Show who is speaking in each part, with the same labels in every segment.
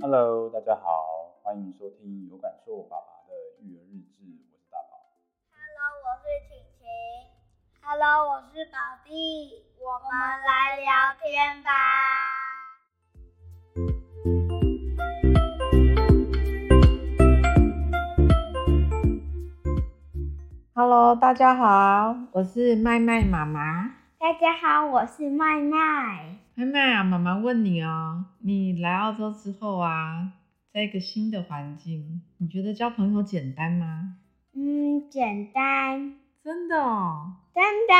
Speaker 1: Hello，大家好，欢迎收听有感受爸爸的育儿日志，我是大宝。
Speaker 2: Hello，我是晴晴。Hello，我是宝弟。我们来聊天吧。
Speaker 3: Hello，大家好，我是麦麦妈妈。
Speaker 2: 大家好，我是麦麦。
Speaker 3: 麦麦啊，妈妈问你哦，你来澳洲之后啊，在一个新的环境，你觉得交朋友简单吗？
Speaker 2: 嗯，简单，
Speaker 3: 真的哦，
Speaker 2: 真的。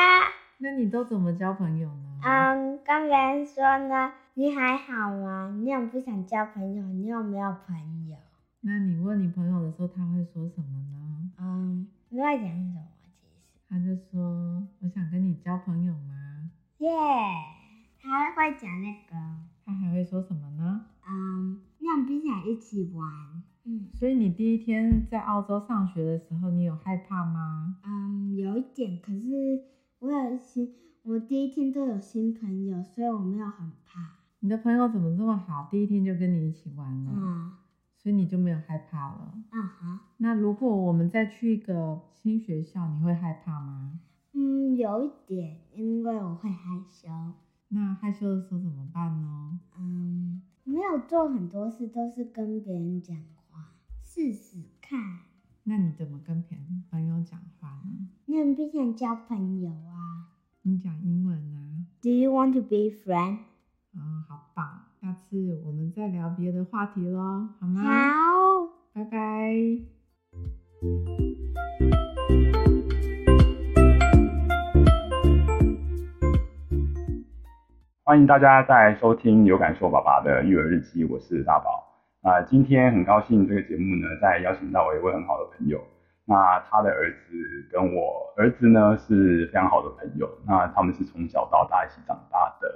Speaker 3: 那你都怎么交朋友呢？
Speaker 2: 嗯，跟别人说呢，你还好吗？你有不想交朋友？你有没有朋友？
Speaker 3: 那你问你朋友的时候，他会说什么呢？
Speaker 2: 嗯，没有讲什么，其实。
Speaker 3: 他就说：“我想跟你交朋友吗
Speaker 2: 耶、还会讲那个，？”
Speaker 3: 他还会说什么呢？
Speaker 2: 嗯，你有不想一起玩？嗯
Speaker 3: 所以你第一天在澳洲上学的时候，你有害怕吗？
Speaker 2: 嗯，有一点，可是我有新，我第一天都有新朋友，所以我没有很怕。
Speaker 3: 你的朋友怎么这么好？第一天就跟你一起玩了？
Speaker 2: 嗯
Speaker 3: 所以你就没有害怕了。
Speaker 2: 嗯哼，
Speaker 3: 那如果我们再去一个新学校，你会害怕吗？
Speaker 2: 嗯，有一点，因为我会害羞。
Speaker 3: 那害羞的时候怎么办呢？
Speaker 2: 嗯，没有做很多事，都是跟别人讲话，试试看。
Speaker 3: 那你怎么跟别人朋友讲话呢？
Speaker 2: 你很不想交朋友啊
Speaker 3: 你讲英文啊？
Speaker 2: ？Do you want to be friend？、
Speaker 3: 嗯，好棒！下次我们再聊别的话题喽，好吗？
Speaker 2: 好，
Speaker 3: 拜拜。
Speaker 1: 欢迎大家再来收听有感受爸爸的育儿日记，我是大宝。啊、今天很高兴这个节目呢，再邀请到我一位很好的朋友。那他的儿子跟我儿子呢是非常好的朋友，那他们是从小到大一起长大的，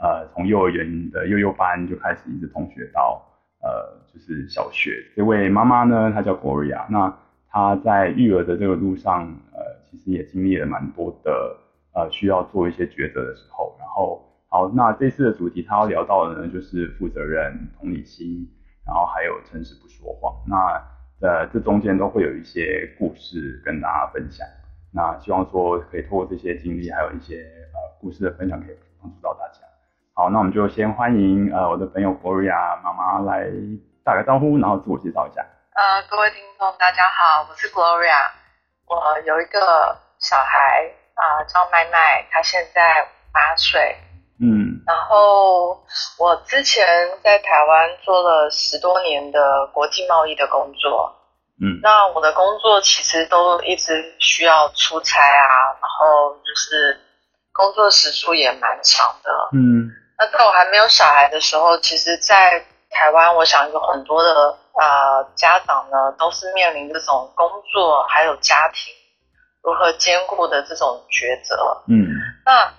Speaker 1: 呃，从幼儿园的幼幼班就开始一直同学到呃就是小学。这位妈妈呢，她叫 Gloria，那她在育儿的这个路上，呃，其实也经历了蛮多的呃需要做一些抉择的时候，然后。好，那这次的主题他要聊到的呢，就是负责任、同理心，然后还有诚实不说谎。那呃，这中间都会有一些故事跟大家分享。那希望说可以透过这些经历，还有一些呃故事的分享，可以帮助到大家。好，那我们就先欢迎呃我的朋友 Gloria 妈妈来打个招呼，然后自我介绍一下。
Speaker 4: 呃，各位听众，大家好，我是 Gloria，我有一个小孩啊、叫麦麦，他现在八岁。
Speaker 1: 嗯
Speaker 4: 然后我之前在台湾做了十多年的国际贸易的工作，
Speaker 1: 嗯
Speaker 4: 那我的工作其实都一直需要出差啊，然后就是工作时数也蛮长的。
Speaker 1: 嗯
Speaker 4: 那在我还没有小孩的时候，其实，在台湾，我想有很多的呃家长呢，都是面临这种工作还有家庭如何兼顾的这种抉择。
Speaker 1: 嗯
Speaker 4: 那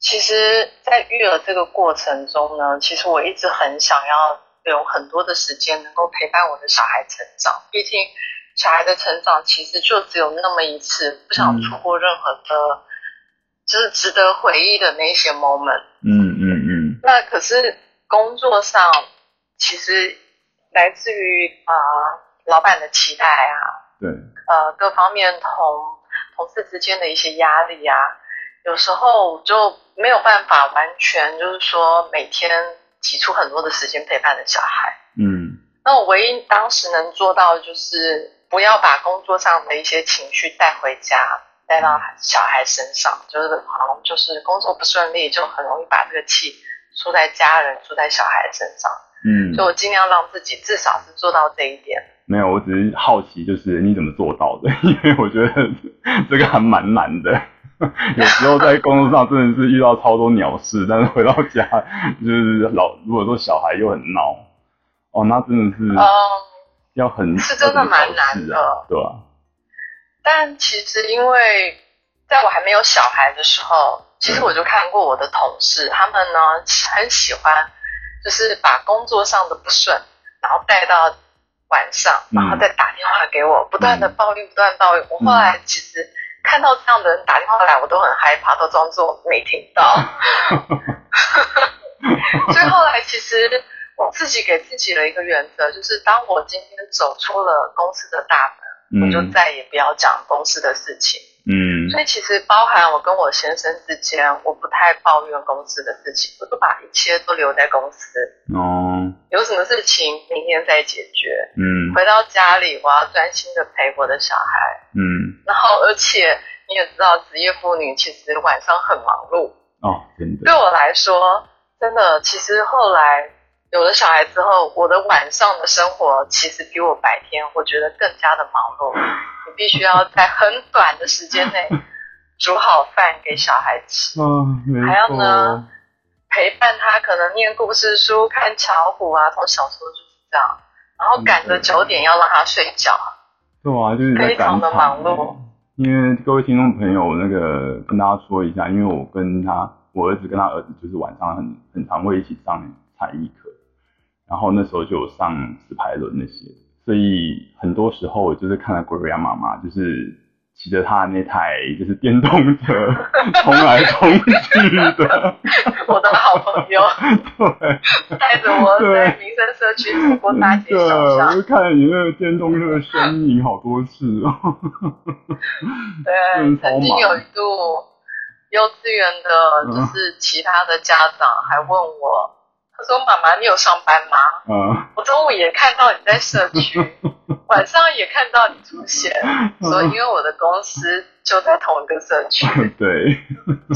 Speaker 4: 其实，在育儿这个过程中呢，其实我一直很想要有很多的时间能够陪伴我的小孩成长，毕竟小孩的成长其实就只有那么一次，不想错过任何的，就是值得回忆的那些 moment。
Speaker 1: 嗯嗯嗯
Speaker 4: 那可是工作上，其实来自于啊、呃老板的期待啊，
Speaker 1: 对，
Speaker 4: 呃各方面同同事之间的一些压力啊，有时候就没有办法完全就是说每天挤出很多的时间陪伴着小孩。
Speaker 1: 嗯
Speaker 4: 那我唯一当时能做到的就是不要把工作上的一些情绪带回家。带到小孩身上，就是好像就是工作不顺利，就很容易把这个气出在家人、出在小孩身上。
Speaker 1: 嗯
Speaker 4: 所以，我尽量让自己至少是做到这一点。
Speaker 1: 没有，我只是好奇，就是你怎么做到的？ 因为我觉得这个还蛮难的。有时候在工作上真的是遇到超多鸟事，但是回到家就是老，如果说小孩又很闹，哦，那真的是
Speaker 4: 嗯、
Speaker 1: 要很、
Speaker 4: 是真的蛮难
Speaker 1: 要很调试
Speaker 4: 的
Speaker 1: 啊对吧、
Speaker 4: 但其实因为在我还没有小孩的时候，其实我就看过我的同事，他们呢很喜欢，就是把工作上的不顺，然后带到晚上，
Speaker 1: 嗯
Speaker 4: 然后再打电话给我，不断的抱怨，不断地抱怨。我
Speaker 1: 嗯
Speaker 4: 后来其实看到这样的人打电话来，我都很害怕，都装作没听到。所以后来其实我自己给自己了一个原则，就是当我今天走出了公司的大门，我就再也不要讲公司的事情。
Speaker 1: 嗯
Speaker 4: 所以其实包含我跟我先生之间，我不太抱怨公司的事情，我都把一切都留在公司，
Speaker 1: 哦
Speaker 4: 有什么事情明天再解决。
Speaker 1: 嗯
Speaker 4: 回到家里，我要专心的陪我的小孩。
Speaker 1: 嗯
Speaker 4: 然后，而且你也知道，职业妇女其实晚上很忙碌。
Speaker 1: 哦，真
Speaker 4: 对
Speaker 1: 的
Speaker 4: 我来说，真的，其实后来有了小孩之后，我的晚上的生活其实比我白天我觉得更加的忙碌。你必须要在很短的时间内煮好饭给小孩吃，
Speaker 1: 哦，没
Speaker 4: 还要
Speaker 1: 错
Speaker 4: 呢陪伴他，可能念故事书、看巧虎啊，从小时候就是这样。然后赶着
Speaker 1: 嗯对
Speaker 4: 九点要让他睡 觉，
Speaker 1: 对啊，就是在
Speaker 4: 非
Speaker 1: 赶
Speaker 4: 常地
Speaker 1: 场
Speaker 4: 忙碌。
Speaker 1: 因为各位听众朋友，那个跟大家说一下，因为我跟他，我儿子跟他儿子就是晚上很很常会一起上才艺课，然后那时候就有上直排轮那些，所以很多时候我就是看到 Gloria 妈妈就是骑着她的那台就是电动车冲来冲去 的，
Speaker 4: 我的好朋友
Speaker 1: 对。
Speaker 4: 带着我在民生社区走过大街
Speaker 1: 真的，
Speaker 4: 小巷
Speaker 1: 我，就看了你那个电动车的身影好多次哦。
Speaker 4: 对，
Speaker 1: 嗯
Speaker 4: 曾经
Speaker 1: 超忙
Speaker 4: 有一度，幼稚园的，就是其他的家长还问我，他说：“妈妈，你有上班吗？
Speaker 1: 嗯，
Speaker 4: 我中午也看到你在社区，晚上也看到你出现。”说因为我的公司就在同一个社区，
Speaker 1: 对，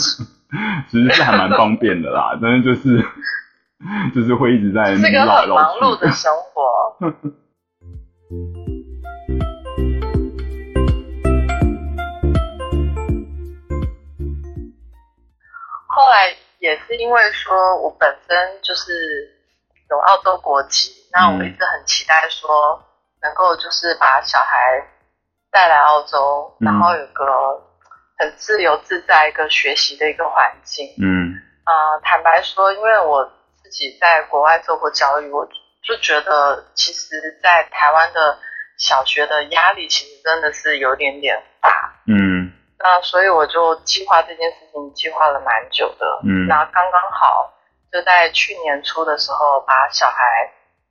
Speaker 1: 其实是还蛮方便的 啦，但是就是就是会一直在
Speaker 4: 是个
Speaker 1: 绕
Speaker 4: 很忙
Speaker 1: 绕
Speaker 4: 碌
Speaker 1: 去
Speaker 4: 的。生活。 后来也是因为说我本身就是有澳洲国籍，那
Speaker 1: 嗯
Speaker 4: 我一直很期待说能够就是把小孩带来澳洲，
Speaker 1: 嗯
Speaker 4: 然后有个很自由自在一个学习的一个环境。
Speaker 1: 嗯
Speaker 4: 啊、坦白说，因为我自己在国外做过教育，我就觉得其实，在台湾的小学的压力其实真的是有点点大。
Speaker 1: 嗯
Speaker 4: 那所以我就计划这件事情，计划了蛮久的。
Speaker 1: 嗯
Speaker 4: 那刚刚好就在去年初的时候，把小孩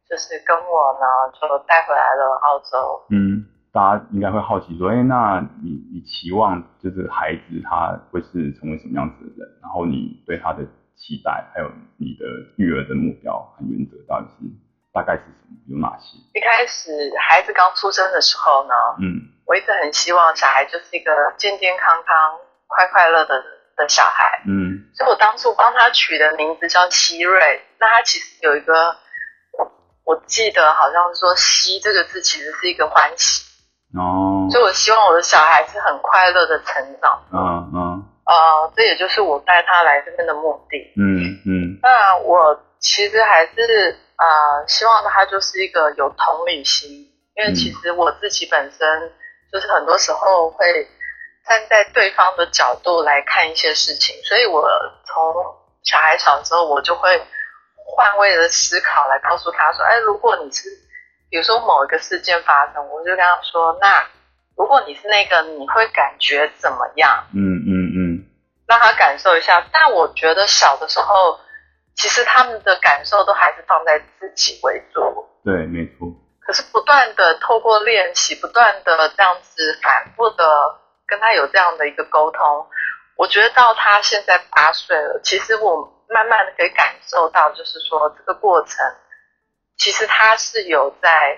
Speaker 4: 就是跟我呢就带回来了澳洲。
Speaker 1: 嗯，大家应该会好奇说，哎、那你你期望就是孩子他会是成为什么样子的人？然后你对他的期待，还有你的育儿的目标和原则到底是大概是什么？有哪些？
Speaker 4: 一开始孩子刚出生的时候呢，
Speaker 1: 嗯
Speaker 4: 我一直很希望小孩就是一个健健康康、快快乐的的小孩，
Speaker 1: 嗯
Speaker 4: 所以我当初帮他取的名字叫希瑞。那他其实有一个，我我记得好像说“希”这个字其实是一个欢喜，
Speaker 1: 哦，
Speaker 4: 所以我希望我的小孩是很快乐的成长。
Speaker 1: 嗯嗯
Speaker 4: 呃，这也就是我带他来这边的目的。
Speaker 1: 嗯嗯
Speaker 4: 那我其实还是呃，希望他就是一个有同理心，因为其实我自己本身就是很多时候会站在对方的角度来看一些事情，所以我从小孩小时候我就会换位的思考来告诉他说，哎，如果你是比如说某一个事件发生，我就跟他说，那如果你是那个，你会感觉怎么样？
Speaker 1: 嗯嗯嗯
Speaker 4: 让他感受一下。但我觉得小的时候，其实他们的感受都还是放在自己为主。
Speaker 1: 对，没错。
Speaker 4: 可是不断的透过练习，不断的这样子反复的跟他有这样的一个沟通，我觉得到他现在八岁了，其实我慢慢的可以感受到，就是说这个过程，其实他是有在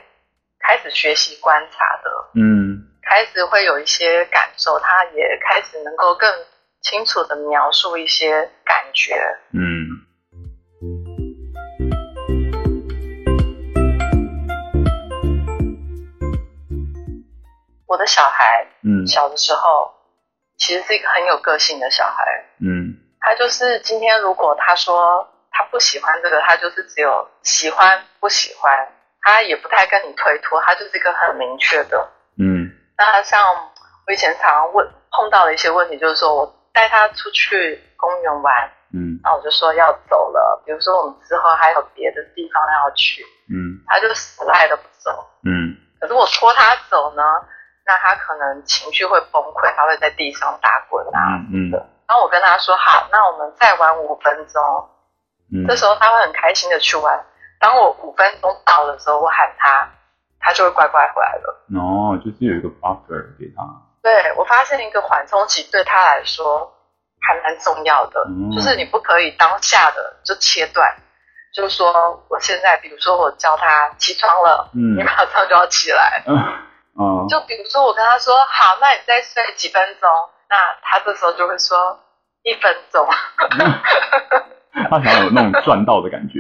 Speaker 4: 开始学习观察的。
Speaker 1: 嗯
Speaker 4: 开始会有一些感受，他也开始能够更清楚的描述一些感觉。
Speaker 1: 嗯
Speaker 4: 我的小孩
Speaker 1: 嗯
Speaker 4: 小的时候，其实是一个很有个性的小孩，
Speaker 1: 嗯
Speaker 4: 他就是今天如果他说他不喜欢这个，他就是只有喜欢不喜欢，他也不太跟你推脱，他就是一个很明确的。
Speaker 1: 嗯
Speaker 4: 那像我以前常常问碰到的一些问题，就是说我带他出去公园玩，
Speaker 1: 嗯
Speaker 4: 那我就说要走了。比如说我们之后还有别的地方要去，
Speaker 1: 嗯
Speaker 4: 他就死赖都不走。
Speaker 1: 嗯
Speaker 4: 可是我拖他走呢，那他可能情绪会崩溃，他会在地上打滚啊。
Speaker 1: 嗯嗯
Speaker 4: 然后我跟他说好，那我们再玩五分钟。
Speaker 1: 嗯
Speaker 4: 这时候他会很开心的去玩。当我五分钟到的时候，我喊他，他就会乖乖回来了。
Speaker 1: 哦，就是有一个 buffer 给他，
Speaker 4: 对我发现一个缓冲期对他来说还蛮重要的，
Speaker 1: 嗯
Speaker 4: 就是你不可以当下的就切断，就是说我现在，比如说我叫他起床了，
Speaker 1: 嗯
Speaker 4: 你马上就要起来。
Speaker 1: 嗯，
Speaker 4: 就比如说我跟他说好，那你再睡几分钟，那他这时候就会说一分钟。
Speaker 1: 他想要有那种赚到的感觉，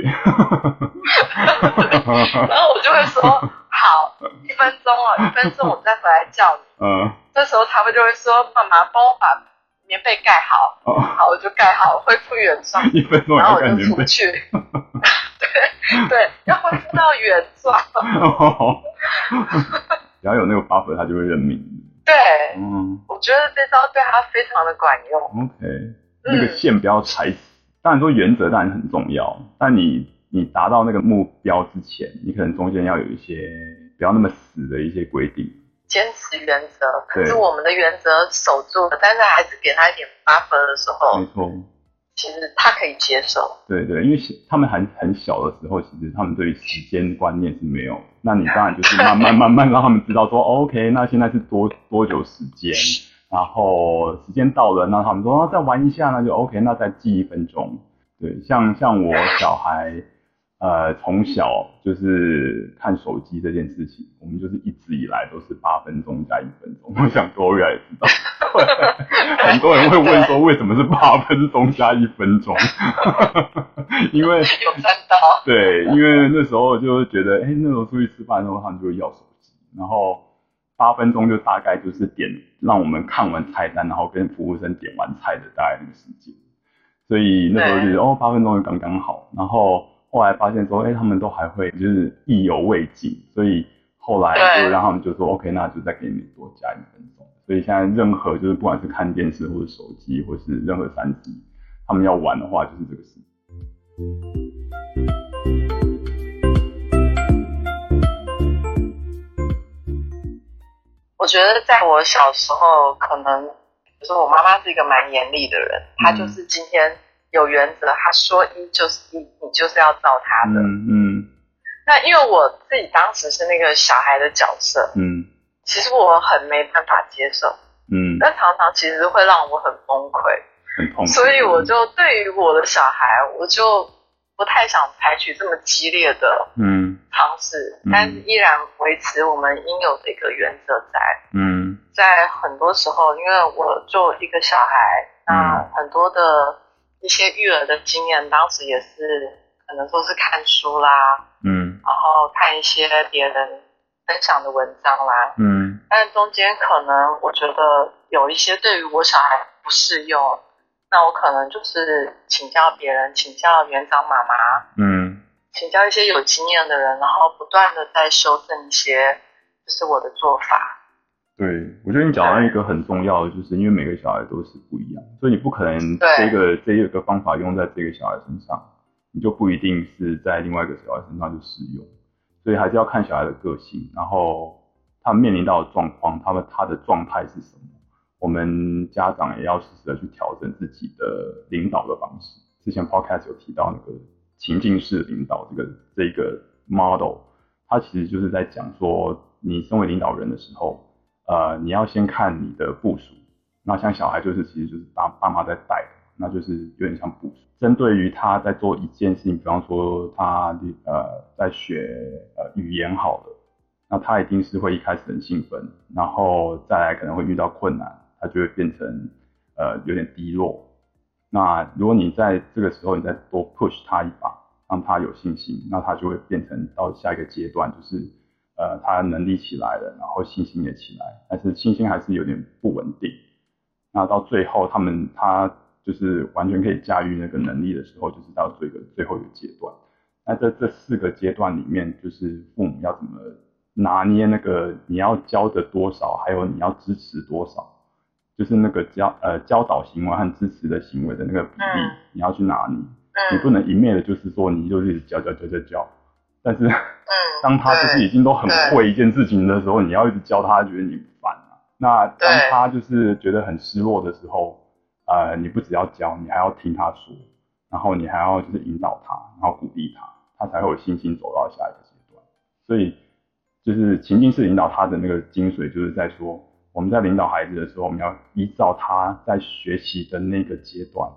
Speaker 4: 然后我就会说好，一分钟哦，一分钟我再回来叫你。
Speaker 1: 嗯，
Speaker 4: 这时候他们就会说妈妈帮我把棉被盖好，
Speaker 1: 哦，
Speaker 4: 好我就盖好，恢复原状，
Speaker 1: 一分嗯钟也
Speaker 4: 然后
Speaker 1: 要
Speaker 4: 我
Speaker 1: 干
Speaker 4: 就
Speaker 1: 棉
Speaker 4: 出
Speaker 1: 被，
Speaker 4: 去。 对对，要恢复到原状。
Speaker 1: 哦只要有那个 buffer，他就会认命。
Speaker 4: 对，
Speaker 1: 嗯
Speaker 4: 我觉得这招对他非常的管用。
Speaker 1: ，OK，
Speaker 4: 嗯
Speaker 1: 那个线不要踩死。当然说原则当然很重要，但你你达到那个目标之前，你可能中间要有一些不要那么死的一些规定。
Speaker 4: 坚持原则，可
Speaker 1: 对
Speaker 4: 是我们的原则守住了，但是还是给他一点 buffer 的时候
Speaker 1: 没，错，
Speaker 4: 其实他可以接受。
Speaker 1: 对对，因为其他们还很小的时候，其实他们对于时间观念是没有。那你当然就是慢慢慢慢让他们知道说哦，OK，那现在是多多久时间，然后时间到了，那他们说、啊、再玩一下，那就 OK，那再记一分钟。对，像像我小孩，呃，从小就是看手机这件事情，我们就是一直以来都是八分钟加一分钟。我想各位也知道， 对很多人会问说为什么是八分钟加一分钟？ 因为
Speaker 4: 有三刀，
Speaker 1: 对，因为那时候就觉得，哎、那时候出去吃饭的时候，他们就会要手机，然后八分钟就大概就是点让我们看完菜单，然后跟服务生点完菜的大概那个时间，所以那时候就觉得哦，八分钟就刚刚好。然后后来发现说，哎、他们都还会就是意犹未尽，所以后来
Speaker 4: 对
Speaker 1: 就让他们就说，OK，那就再给你们多加一分钟。所以现在任何就是不管是看电视或者手机或是任何三 C，他们要玩的话就是这个时间。
Speaker 4: 我觉得在我小时候，可能比如说我妈妈是一个蛮严厉的人，
Speaker 1: 嗯
Speaker 4: 她就是今天有原则，她说一就是一，你就是要照她的。
Speaker 1: 嗯
Speaker 4: 那因为我自己当时是那个小孩的角色，
Speaker 1: 嗯嗯
Speaker 4: 其实我很没办法接受，
Speaker 1: 嗯，
Speaker 4: 但常常其实会让我很崩溃，
Speaker 1: 很痛苦。
Speaker 4: 所以我就对于我的小孩，我就不太想采取这么激烈的
Speaker 1: 嗯
Speaker 4: 尝试
Speaker 1: 嗯，
Speaker 4: 但是依然维持我们应有的一个原则在。
Speaker 1: 嗯
Speaker 4: 在很多时候，因为我就一个小孩，那
Speaker 1: 嗯
Speaker 4: 很多的一些育儿的经验，当时也是可能都是看书啦，
Speaker 1: 嗯
Speaker 4: 然后看一些别人分享的文章啦，
Speaker 1: 嗯
Speaker 4: 但中间可能我觉得有一些对于我小孩不适用，那我可能就是请教别人，请教园长妈妈，
Speaker 1: 嗯
Speaker 4: 请教一些有经验的人，然后不断的在修正一些就是我的做法。
Speaker 1: 对，我觉得你讲到一个很重要的，就是因为每个小孩都是不一样，所以你不可能
Speaker 4: 对
Speaker 1: 这个这一个方法用在这个小孩身上，你就不一定是在另外一个小孩身上就适用，所以还是要看小孩的个性，然后他面临到的状况，他们他的状态是什么，我们家长也要适时的去调整自己的领导的方式。之前 podcast 有提到那个情境式领导这个这一个 model，它其实就是在讲说，你身为领导人的时候，呃，你要先看你的部署。那像小孩就是其实就是爸爸妈在带，那就是有点像部署。针对于他在做一件事情，比方说他呃在学呃语言好了，那他一定是会一开始很兴奋，然后再来可能会遇到困难，他就会变成呃有点低落。那如果你在这个时候你再多 push 他一把，让他有信心，那他就会变成到下一个阶段，就是呃他能力起来了，然后信心也起来，但是信心还是有点不稳定。那到最后他们他就是完全可以驾驭那个能力的时候，就是到这个最后一个阶段。那这这四个阶段里面，就是父母要怎么拿捏那个你要教的多少，还有你要支持多少，就是那个教呃教导行为和支持的行为的那个比例，
Speaker 4: 嗯
Speaker 1: 你要去拿捏。你
Speaker 4: 嗯
Speaker 1: 不能一面的就是说你就是教教教教教，但是
Speaker 4: 嗯，
Speaker 1: 当他就是
Speaker 4: 对
Speaker 1: 已经都很会一件事情的时候，你要一直教他，觉得你烦啊。那当
Speaker 4: 对
Speaker 1: 他就是觉得很失落的时候，呃，你不只要教，你还要听他说，然后你还要就是引导他，然后鼓励他，他才会有信心走到下一个阶段。所以就是情境式引导他的那个精髓，就是在说我们在领导孩子的时候，我们要依照他在学习的那个阶段，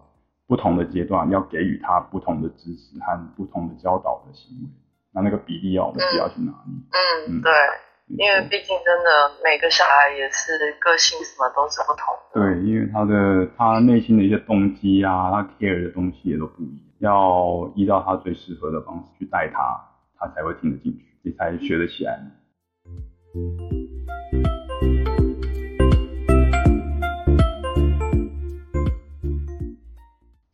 Speaker 1: 不同的阶段要给予他不同的支持和不同的教导的行为。那那个比例要我们自己要去拿捏。
Speaker 4: 嗯，
Speaker 1: 嗯
Speaker 4: 对，因为
Speaker 1: 没错
Speaker 4: 毕竟真的每个小孩也是个性什么都是不同的。
Speaker 1: 对，因为他的他内心的一些动机啊，他 care 的东西也都不一样，要依照他最适合的方式去带他，他才会听得进去，你才学得起来。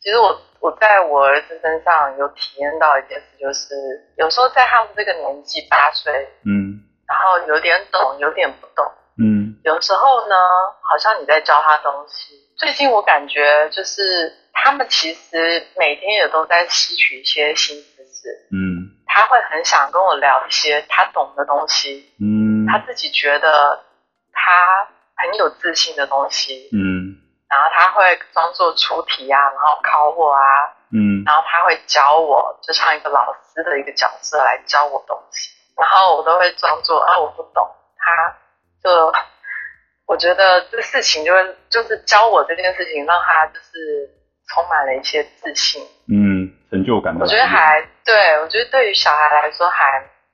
Speaker 4: 其实我我在我儿子身上有体验到一件事，就是有时候在他们这个年纪，八岁，
Speaker 1: 嗯
Speaker 4: 然后有点懂，有点不懂。
Speaker 1: 嗯
Speaker 4: 有时候呢，好像你在教他东西。最近我感觉就是他们其实每天也都在吸取一些新知识，
Speaker 1: 嗯
Speaker 4: 他会很想跟我聊一些他懂的东西，
Speaker 1: 嗯
Speaker 4: 他自己觉得他很有自信的东西，
Speaker 1: 嗯
Speaker 4: 然后他会装作出题啊，然后考我啊，
Speaker 1: 嗯
Speaker 4: 然后他会教我，就像一个老师的一个角色来教我东西，然后我都会装作啊我不懂，他就我觉得这事情就会就是教我这件事情，让他就是充满了一些自信，
Speaker 1: 嗯，成就感的
Speaker 4: 我
Speaker 1: 来源。
Speaker 4: 觉得还对我觉得对于小孩来说还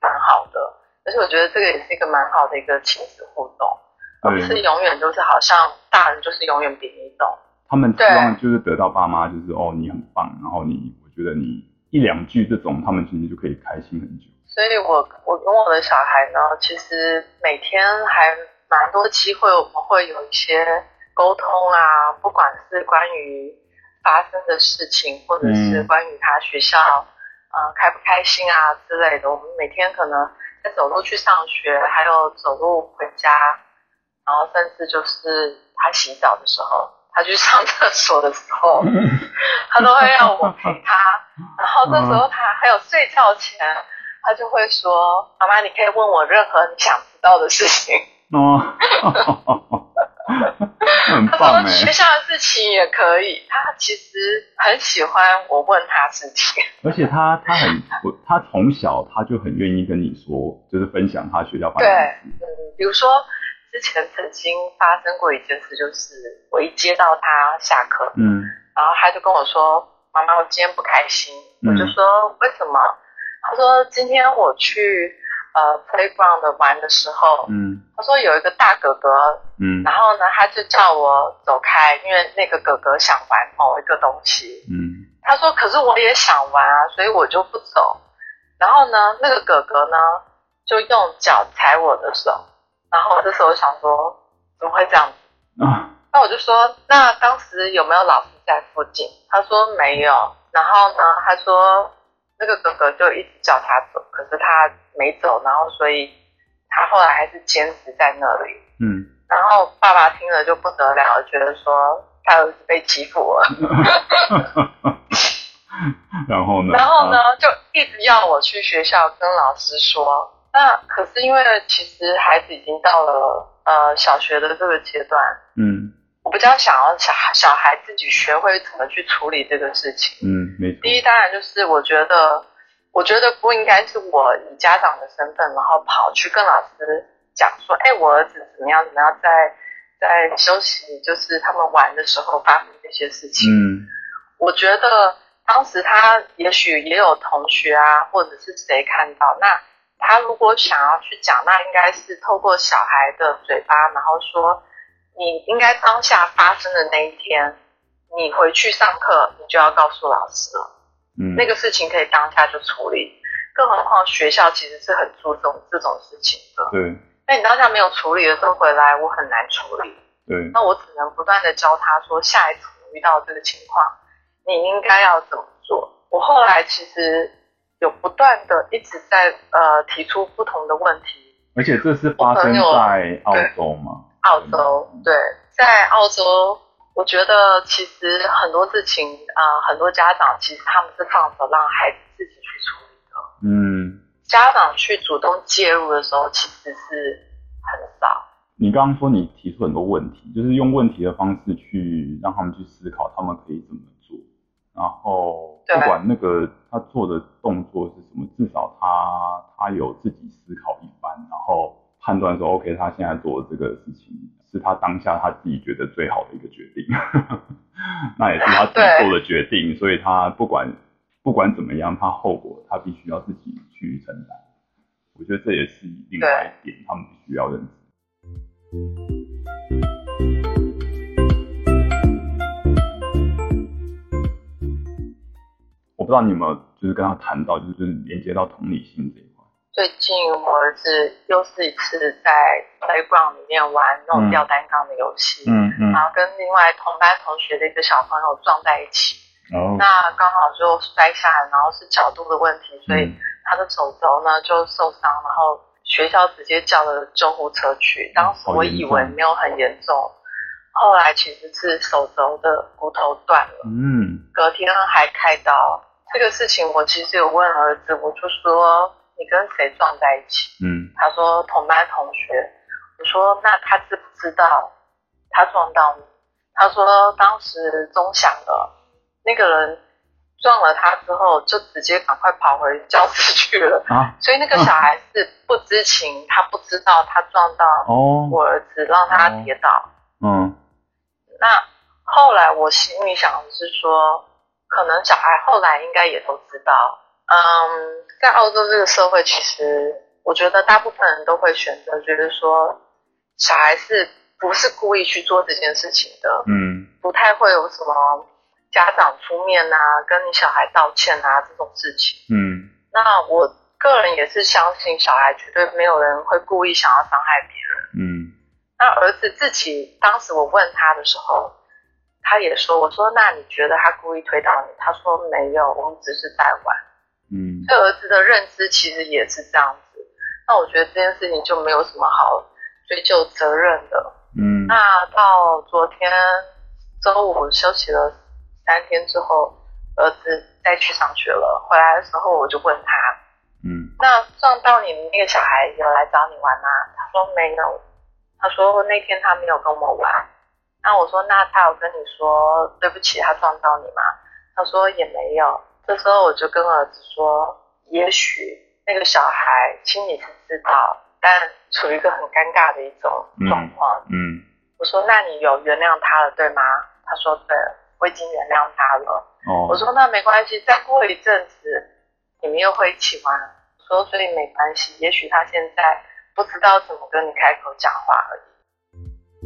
Speaker 4: 蛮好的，而且我觉得这个也是一个蛮好的一个亲子互动，而不是
Speaker 1: 对，
Speaker 4: 永远就是好像大人就是永远比你懂，
Speaker 1: 他们希望就是得到爸妈就是哦你很棒，然后你我觉得你一两句这种，他们其实就可以开心很久。
Speaker 4: 所以我我跟我的小孩呢，其实每天还蛮多机会，我们会有一些沟通啊，不管是关于发生的事情，或者是
Speaker 1: 嗯
Speaker 4: 关于他学校呃开不开心啊之类的，我们每天可能在走路去上学，还有走路回家，然后甚至就是他洗澡的时候，他去上厕所的时候，他都会让我陪他。然后这时候他还有睡觉前，他就会说：“妈妈，你可以问我任何你想知道的事情。
Speaker 1: 哦，很”
Speaker 4: 他
Speaker 1: 棒哎、
Speaker 4: 说学校的事情也可以。他其实很喜欢我问他事情。
Speaker 1: 而且他他很我他从小他就很愿意跟你说，就是分享他学校发
Speaker 4: 对
Speaker 1: 生的事，
Speaker 4: 嗯，比如说之前曾经发生过一件事，就是我一接到他下课，
Speaker 1: 嗯
Speaker 4: 然后他就跟我说：“妈妈，我今天不开心。”
Speaker 1: 嗯
Speaker 4: 我就说：“为什么？”他说：“今天我去呃 playground 玩的时候，
Speaker 1: 嗯
Speaker 4: 他说有一个大哥哥，
Speaker 1: 嗯
Speaker 4: 然后呢，他就叫我走开，因为那个哥哥想玩某一个东西。
Speaker 1: 嗯
Speaker 4: 他说：‘可是我也想玩啊，所以我就不走。’然后呢，那个哥哥呢就用脚踩我的手，然后我这时候想说：怎么会这样子？
Speaker 1: 啊
Speaker 4: 那我就说，那当时有没有老师在附近？他说没有。然后呢，他说那个哥哥就一直叫他走，可是他没走，然后所以他后来还是坚持在那里。
Speaker 1: 嗯，
Speaker 4: 然后爸爸听了就不得了，觉得说他儿子被欺负了，
Speaker 1: 然后呢？
Speaker 4: 然后呢就一直要我去学校跟老师说。那可是因为其实孩子已经到了呃小学的这个阶段，
Speaker 1: 嗯
Speaker 4: 我比较想要小孩小孩自己学会怎么去处理这个事情。
Speaker 1: 嗯，没错，
Speaker 4: 第一，当然就是我觉得，我觉得不应该是我以家长的身份，然后跑去跟老师讲说，哎，我儿子怎么样怎么样，在在休息，就是他们玩的时候发生这些事情。
Speaker 1: 嗯
Speaker 4: 我觉得当时他也许也有同学啊，或者是谁看到，那他如果想要去讲，那应该是透过小孩的嘴巴，然后说你应该当下发生的那一天，你回去上课，你就要告诉老师了。
Speaker 1: 嗯，
Speaker 4: 那个事情可以当下就处理，更何况学校其实是很注重这种事情的。
Speaker 1: 对
Speaker 4: 那你当下没有处理的时候回来，我很难处理。
Speaker 1: 对
Speaker 4: 那我只能不断的教他说，下一次遇到这个情况，你应该要怎么做。我后来其实有不断的一直在呃提出不同的问题，
Speaker 1: 而且这是发生在澳洲嘛？
Speaker 4: 澳洲，对，在澳洲，我觉得其实很多事情啊、呃很多家长其实他们是放手让孩子自己去处理的。
Speaker 1: 嗯，
Speaker 4: 家长去主动介入的时候，其实是很少。
Speaker 1: 你刚刚说你提出很多问题，就是用问题的方式去让他们去思考，他们可以怎么做。然后
Speaker 4: 对
Speaker 1: 不管那个他做的动作是什么，至少他他有自己思考一番，然后判断说，OK，他现在做的这个事情是他当下他自己觉得最好的一个决定， 那也是他自己
Speaker 4: 对
Speaker 1: 做的决定，所以他不管不管怎么样，他后果他必须要自己去承担。我觉得这也是另外一点，他们必须要认知。我不知道你有没有就是跟他谈到，就是就是连接到同理心这一块。
Speaker 4: 最近我儿子又是一次在 playground 里面玩那种吊单杠的游戏，
Speaker 1: 嗯嗯
Speaker 4: 然后跟另外同班同学的一个小朋友撞在一起，
Speaker 1: 哦
Speaker 4: 那刚好就摔下来，然后是角度的问题，所以
Speaker 1: 嗯
Speaker 4: 他的手肘呢就受伤，然后学校直接叫了救护车
Speaker 1: 嗯
Speaker 4: 去。当时我以为没有很严重，后来其实是手肘的骨头断了，
Speaker 1: 嗯
Speaker 4: 隔天还开刀。这个事情我其实有问儿子，我就说你跟谁撞在一起？
Speaker 1: 嗯
Speaker 4: 他说同班同学。我说那他知不知道他撞到你？他说当时钟响了，那个人撞了他之后就直接赶快跑回教室去了。
Speaker 1: 啊
Speaker 4: 所以那个小孩是不知情，他不知道他撞到
Speaker 1: 哦
Speaker 4: 我儿子，让他跌倒。
Speaker 1: 嗯
Speaker 4: 那后来我心里想的是说，可能小孩后来应该也都知道。嗯，在澳洲这个社会，其实我觉得大部分人都会选择觉得说，小孩是不是故意去做这件事情的，
Speaker 1: 嗯
Speaker 4: 不太会有什么家长出面啊，跟你小孩道歉啊这种事情。
Speaker 1: 嗯
Speaker 4: 那我个人也是相信，小孩绝对没有人会故意想要伤害别人。
Speaker 1: 嗯
Speaker 4: 那儿子自己当时我问他的时候，他也说，我说那你觉得他故意推倒你？他说没有，我们只是在玩。
Speaker 1: 嗯
Speaker 4: 对儿子的认知其实也是这样子。那我觉得这件事情就没有什么好追究责任的。
Speaker 1: 嗯
Speaker 4: 那到昨天周五休息了三天之后，儿子再去上学了。回来的时候我就问他，
Speaker 1: 嗯
Speaker 4: 那撞到你那个小孩有来找你玩吗？他说没有，他说那天他没有跟我玩。那我说那他有跟你说对不起，他撞到你吗？他说也没有。这时候我就跟儿子说，也许那个小孩心里是知道，但处于一个很尴尬的一种状况。
Speaker 1: 嗯
Speaker 4: 我说那你有原谅他了对吗？他说对，我已经原谅他了。
Speaker 1: 哦
Speaker 4: 我说那没关系，再过一阵子你们又会一起玩。我说所以没关系，也许他现在不知道怎么跟你开口讲话而已。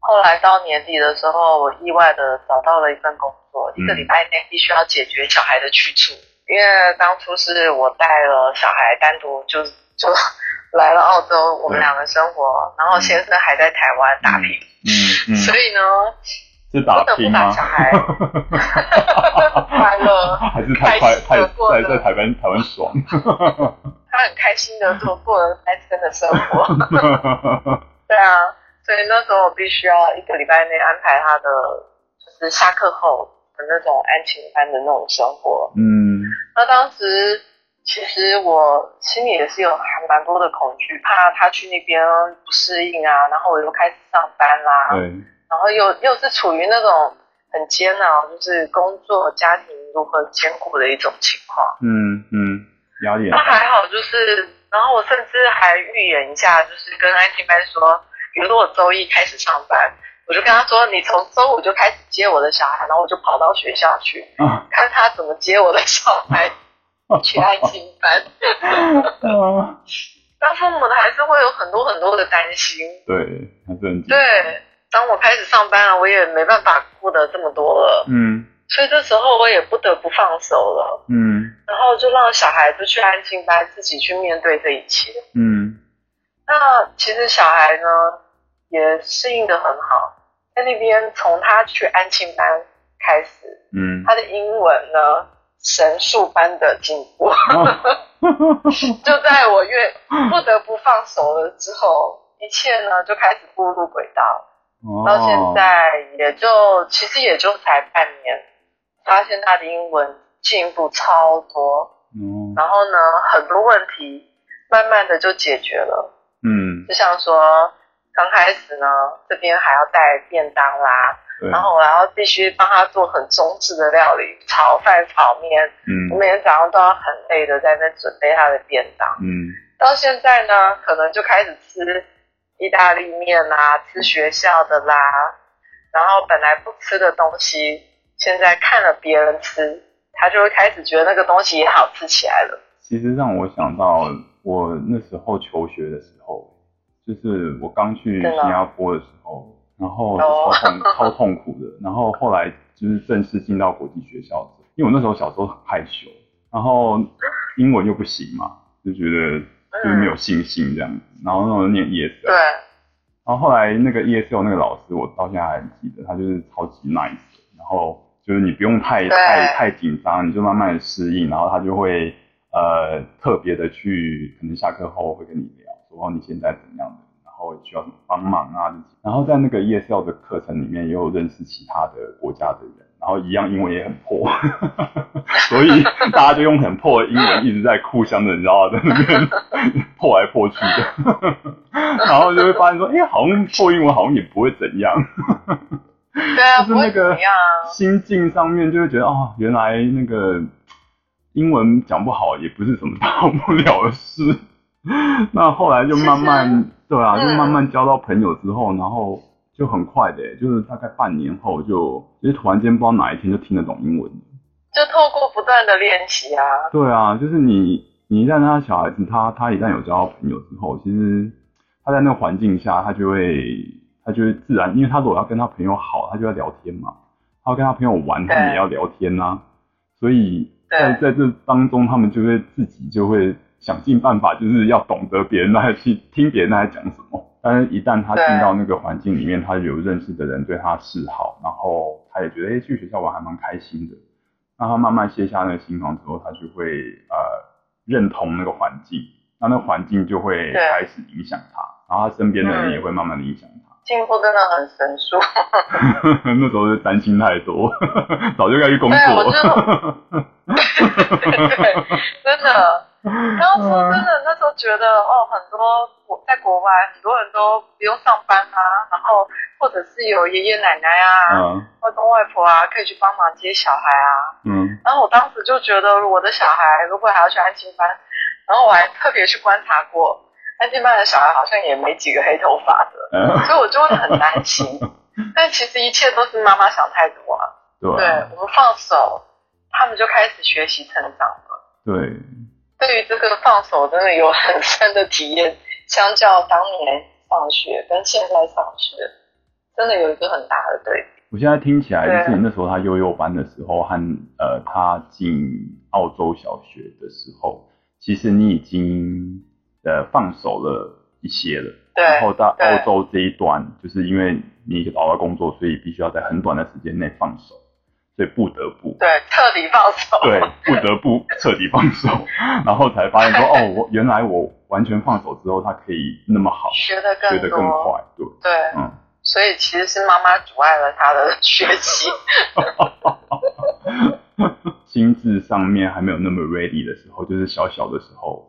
Speaker 4: 后来到年底的时候，我意外的找到了一份工作，一个礼拜内必须要解决小孩的去处，因为当初是我带了小孩单独就就来了澳洲，我们
Speaker 1: 对
Speaker 4: 两个生活，然后先生还在台湾打拼，
Speaker 1: 嗯嗯
Speaker 4: 所以呢，
Speaker 1: 是打拼吗？
Speaker 4: 快乐
Speaker 1: 还是太快太在在台湾台湾 爽，
Speaker 4: 他很开心的说过了单身的生活。对啊，所以那时候我必须要一个礼拜内安排他的，就是下课后的那种安亲班的那种生活。
Speaker 1: 嗯
Speaker 4: 那当时其实我心里也是有还蛮多的恐惧，怕他去那边不适应啊，然后我又开始上班啦，
Speaker 1: 对
Speaker 4: 然后又又是处于那种很煎熬，就是工作家庭如何兼顾的一种情况。
Speaker 1: 嗯嗯压力
Speaker 4: 那还好，就是，然后我甚至还预演一下，就是跟安静班说，比如说我周一开始上班，我就跟他说，你从周五就开始接我的小孩，然后我就跑到学校去，
Speaker 1: 啊
Speaker 4: 看他怎么接我的小 孩去安静班。
Speaker 1: 啊
Speaker 4: 当父母的还是会有很多很多的担心。
Speaker 1: 对还是很
Speaker 4: 对，当我开始上班了，我也没办法顾得这么多了，
Speaker 1: 嗯
Speaker 4: 所以这时候我也不得不放手了，
Speaker 1: 嗯
Speaker 4: 然后就让小孩子去安静班，自己去面对这一切。
Speaker 1: 嗯
Speaker 4: 那其实小孩呢也适应的很好，在那边从他去安庆班开始，
Speaker 1: 嗯
Speaker 4: 他的英文呢神速般的进步。 就在我越不得不放手了之后，一切呢就开始步入轨道，
Speaker 1: 哦
Speaker 4: 到现在也就其实也就才半年，发现他的英文进步超多，
Speaker 1: 哦
Speaker 4: 然后呢很多问题慢慢的就解决了。
Speaker 1: 嗯
Speaker 4: 就像说刚开始呢，这边还要带便当啦，
Speaker 1: 对，
Speaker 4: 然后我还要必须帮他做很中式的料理，炒饭、炒面，我
Speaker 1: 嗯
Speaker 4: 每天早上都要很累的在那边准备他的便当。
Speaker 1: 嗯
Speaker 4: 到现在呢，可能就开始吃意大利面啦，吃学校的啦，然后本来不吃的东西，现在看了别人吃，他就会开始觉得那个东西也好吃起来了。
Speaker 1: 其实让我想到我那时候求学的时候，就是我刚去
Speaker 4: 真
Speaker 1: 新
Speaker 4: 的哦哦
Speaker 1: 加坡的时候，然后超痛、 超痛苦的。然后后来就是正式进到国际学校之后，因为我那时候小时候很害羞，然后英文又不行嘛，就觉得就是没有信心这样子。然后那时候念啊 ESL，
Speaker 4: 对，
Speaker 1: 然后后来那个 ESL 那个老师，我到现在还记得，他就是超级 nice，然后就是你不用太
Speaker 4: 对
Speaker 1: 太太紧张，你就慢慢地适应，然后他就会呃特别的去，可能下课后会跟你聊，说哦你现在怎么样的，然后需要什么帮忙啊。然后在那个 ESL 的课程里面，也有认识其他的国家的人，然后一样英文也很破， 所以大家就用很破的英文一直在互相的，你知道吗，在那边 破来破去的。 然后就会发现说，哎、好像破英文好像也不会怎样，
Speaker 4: 对啊，
Speaker 1: 就是
Speaker 4: 不
Speaker 1: 那
Speaker 4: 会怎
Speaker 1: 个
Speaker 4: 么样啊。
Speaker 1: 心境上面就会觉得，哦，原来那个英文讲不好也不是什么大不了的事。 那后来就慢
Speaker 4: 其
Speaker 1: 慢，对啊，
Speaker 4: 嗯
Speaker 1: 就慢慢交到朋友之后，然后就很快的，就是大概半年后就，就是突然间不知道哪一天就听得懂英文了。
Speaker 4: 就透过不断的练习啊，
Speaker 1: 对啊，就是你你一旦让他小孩子，他他一旦有交到朋友之后，其实他在那个环境下，他就会他就会自然，因为他如果要跟他朋友好，他就要聊天嘛，他要跟他朋友玩，他
Speaker 4: 对
Speaker 1: 们也要聊天呐、所以在在这当中，他们就会自己就会想尽办法，就是要懂得别人在去听别人在讲什么。但是，一旦他进
Speaker 4: 对
Speaker 1: 到那个环境里面，他有认识的人对他示好，然后他也觉得，哎、去学校玩还蛮开心的。那他慢慢卸下那个心防之后，他就会呃认同那个环境，那那个环境就会
Speaker 4: 对
Speaker 1: 开始影响他，然后他身边的人
Speaker 4: 嗯
Speaker 1: 也会慢慢的影响他。
Speaker 4: 进步真的很神速。
Speaker 1: 那时候就担心太多， 早就该去工
Speaker 4: 对我
Speaker 1: 作。
Speaker 4: 知道对，真的。然后说真的，那时候觉得哦，很多我在国外，很多人都不用上班啊，然后或者是有爷爷奶奶啊、
Speaker 1: 嗯
Speaker 4: 外公外婆啊，可以去帮忙接小孩啊。
Speaker 1: 嗯
Speaker 4: 然后我当时就觉得，我的小孩如果还要去安亲班，然后我还特别去观察过，安亲班的小孩好像也没几个黑头发
Speaker 1: 嗯，
Speaker 4: 的，所以我就会很担心。但其实一切都是妈妈想太多啊。
Speaker 1: 对
Speaker 4: 对
Speaker 1: 啊
Speaker 4: 我们放手，他们就开始学习成长了。
Speaker 1: 对
Speaker 4: 对于这个放手，真的有很深的体验。相较当年上学跟现在上学，真的有一个很大的对比。
Speaker 1: 我现在听起来，就是
Speaker 4: 对
Speaker 1: 你那时候他幼幼班的时候和呃他进澳洲小学的时候，其实你已经呃放手了一些了。
Speaker 4: 对
Speaker 1: 然后到
Speaker 4: 对
Speaker 1: 欧洲这一端，就是因为你找到工作，所以必须要在很短的时间内放手，所以不得不
Speaker 4: 对，彻底放手。
Speaker 1: 对，不得不彻底放手， 然后才发现说哦，我原来我完全放手之后，他可以那么好，
Speaker 4: 学的更
Speaker 1: 学
Speaker 4: 多。
Speaker 1: 得更快，对，
Speaker 4: 对，
Speaker 1: 嗯。
Speaker 4: 所以其实是妈妈阻碍了他的学 习。
Speaker 1: 心智上面还没有那么 ready 的时候，就是小小的时候，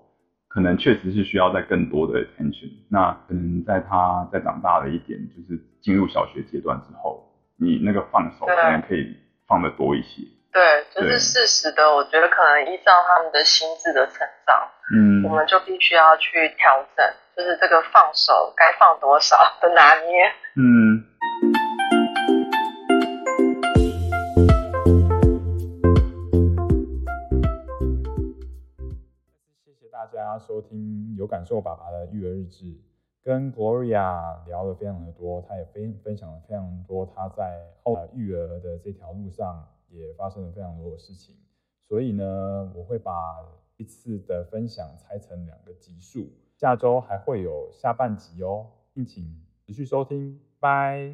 Speaker 1: 可能确实是需要在更多的 attention。那可能在他再长大了一点，就是进入小学阶段之后，你那个放手
Speaker 4: 对
Speaker 1: 可能可以放得多一些。
Speaker 4: 对，就
Speaker 1: 对
Speaker 4: 是适时的，我觉得可能依照他们的心智的成长，
Speaker 1: 嗯
Speaker 4: 我，们就必须要去调整，就是这个放手该放多少的拿捏。
Speaker 1: 嗯，
Speaker 5: 谢谢大家收听有感受爸爸的育儿日志，跟 Gloria 聊了非常的多，她也分分享了非常多她在后来育儿的这条路上也发生了非常多的事情，所以呢，我会把一次的分享拆成两个集数，下周还会有下半集哦，敬请持续收听，拜。